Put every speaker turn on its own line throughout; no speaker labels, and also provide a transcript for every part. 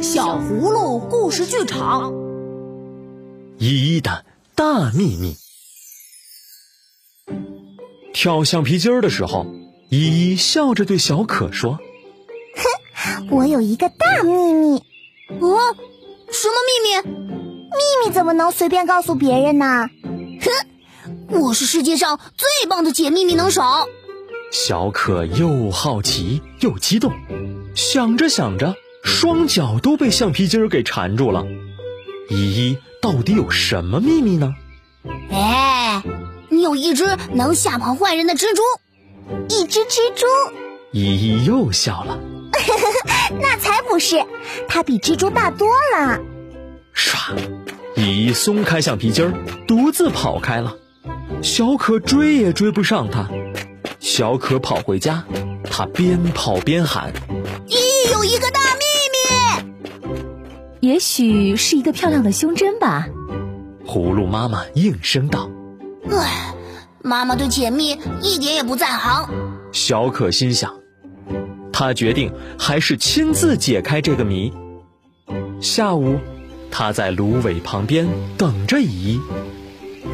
小葫芦故事剧场，
依依的大秘密。跳橡皮筋儿的时候，依依笑着对小可说
我有一个大秘密，
哦，什么秘
秘密怎么能随便告诉别人呢？
密？我是世界上最棒的解秘密能手。：“
小可又好奇又激动，想着想着，双脚都被橡皮筋儿给缠住了。”依依到底有什么秘密呢？
哎，你有一只能吓跑坏人的蜘蛛，
一只蜘蛛？
依依又笑了，
那才不是，它比蜘蛛大多了。
唰，依依松开橡皮筋儿，独自跑开了。小可追也追不上他。小可跑回家，他边跑边喊。
咦，有一个大秘密。
也许是一个漂亮的胸针吧。
葫芦妈妈应声道。
唉，妈妈对解密一点也不在行。
小可心想，他决定还是亲自解开这个谜。下午，他在芦苇旁边等着依依。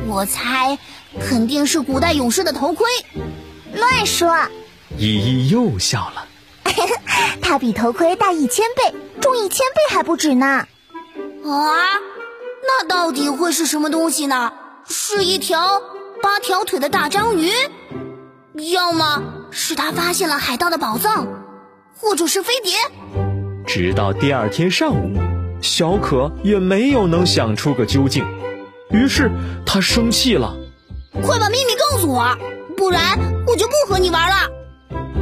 我猜肯定是古代勇士的头盔。
乱说，
依依又笑了。
它比头盔大一千倍，重一千倍还不止呢。
啊，那到底会是什么东西呢？是一条八条腿的大章鱼，要么是他发现了海盗的宝藏，或者是飞碟。
直到第二天上午，小可也没有能想出个究竟，于是他生气了。
快把秘密告诉我，不然我就不和你玩了。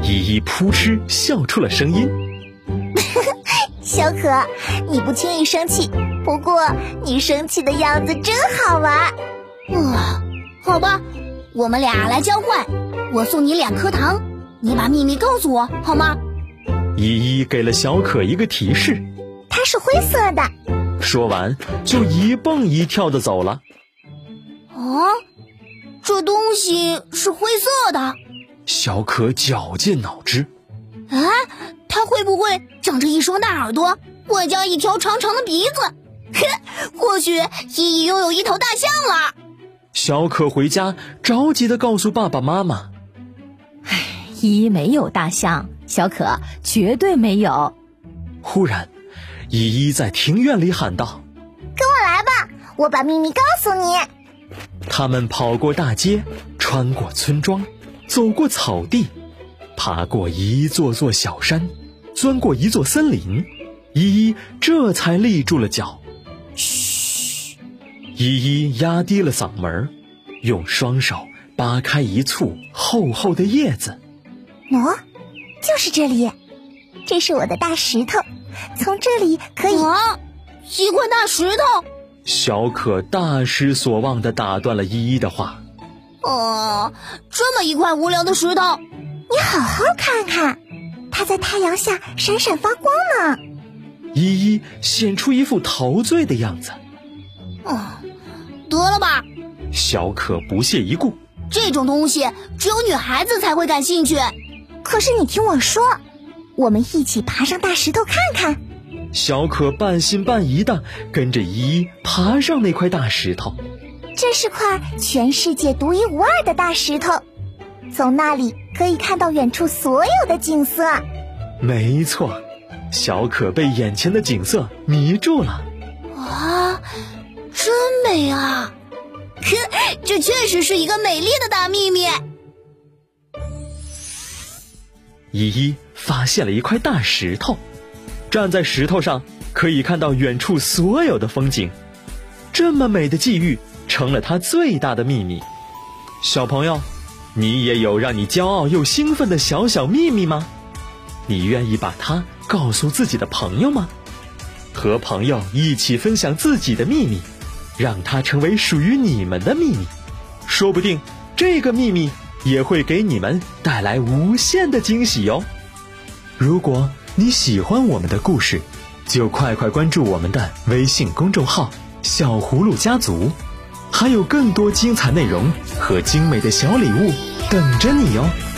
依依扑哧笑出了声音。
小可，你不轻易生气，不过你生气的样子真好玩。
啊，好吧，我们俩来交换，我送你两颗糖，你把秘密告诉我好吗？
依依给了小可一个提示，
它是灰色的，
说完就一蹦一跳的走了。
啊，这东西是灰色的，
小可绞尽脑汁。
啊，它会不会长着一双大耳朵，外加一条长长的鼻子？哼，或许依依拥有一头大象了。
小可回家着急地告诉爸爸妈妈，
依依没有大象，小可绝对没有。
忽然，依依在庭院里喊道
我把秘密告诉你。：“
他们跑过大街，穿过村庄，走过草地，爬过一座座小山，钻过一座森林，依依这才立住了脚。”嘘，依依压低了嗓门儿，用双手扒开一簇厚厚的叶子。
喏、就是这里，这是我的大石头，从这里可以。
啊，一块大石头。
小可大失所望地打断了依依的话。
哦、这么一块无聊的石头，
你好好看看，它在太阳下闪闪发光呢。
依依显出一副陶醉的样子，
哦
得了吧，
小可不屑一顾。
这种东西只有女孩子才会感兴趣。
可是你听我说，我们一起爬上大石头看看。
小可半信半疑的跟着依依爬上那块大石头，
这是块全世界独一无二的大石头，从那里可以看到远处所有的景色。
没错，小可被眼前的景色迷住了。
啊，真美啊！ 呵，这确实是一个美丽的大秘密。
依依发现了一块大石头，站在石头上可以看到远处所有的风景。这么美的际遇成了她最大的秘密。小朋友，你也有让你骄傲又兴奋的小小秘密吗？你愿意把它告诉自己的朋友吗？和朋友一起分享自己的秘密，让它成为属于你们的秘密。说不定这个秘密也会给你们带来无限的惊喜哟、如果你喜欢我们的故事，就快快关注我们的微信公众号“小葫芦家族”，还有更多精彩内容和精美的小礼物等着你哟、哦